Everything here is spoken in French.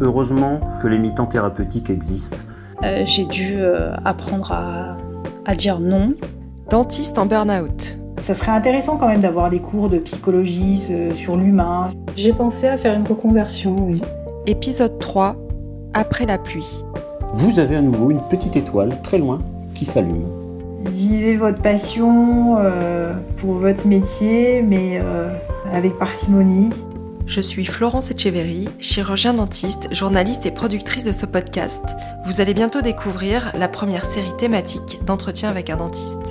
Heureusement que les mi-temps thérapeutiques existent. Euh, j'ai dû euh, apprendre à, à dire non. Dentiste en burn-out. Ça serait intéressant quand même d'avoir des cours de psychologie euh, sur l'humain. J'ai pensé à faire une reconversion, oui. Épisode 3. Après la pluie. Vous avez à nouveau une petite étoile très loin qui s'allume. Vivez votre passion euh, pour votre métier, mais euh, avec parcimonie. Je suis Florence Echeverry, chirurgien dentiste, journaliste et productrice de ce podcast. Vous allez bientôt découvrir la première série thématique d'entretien avec un dentiste.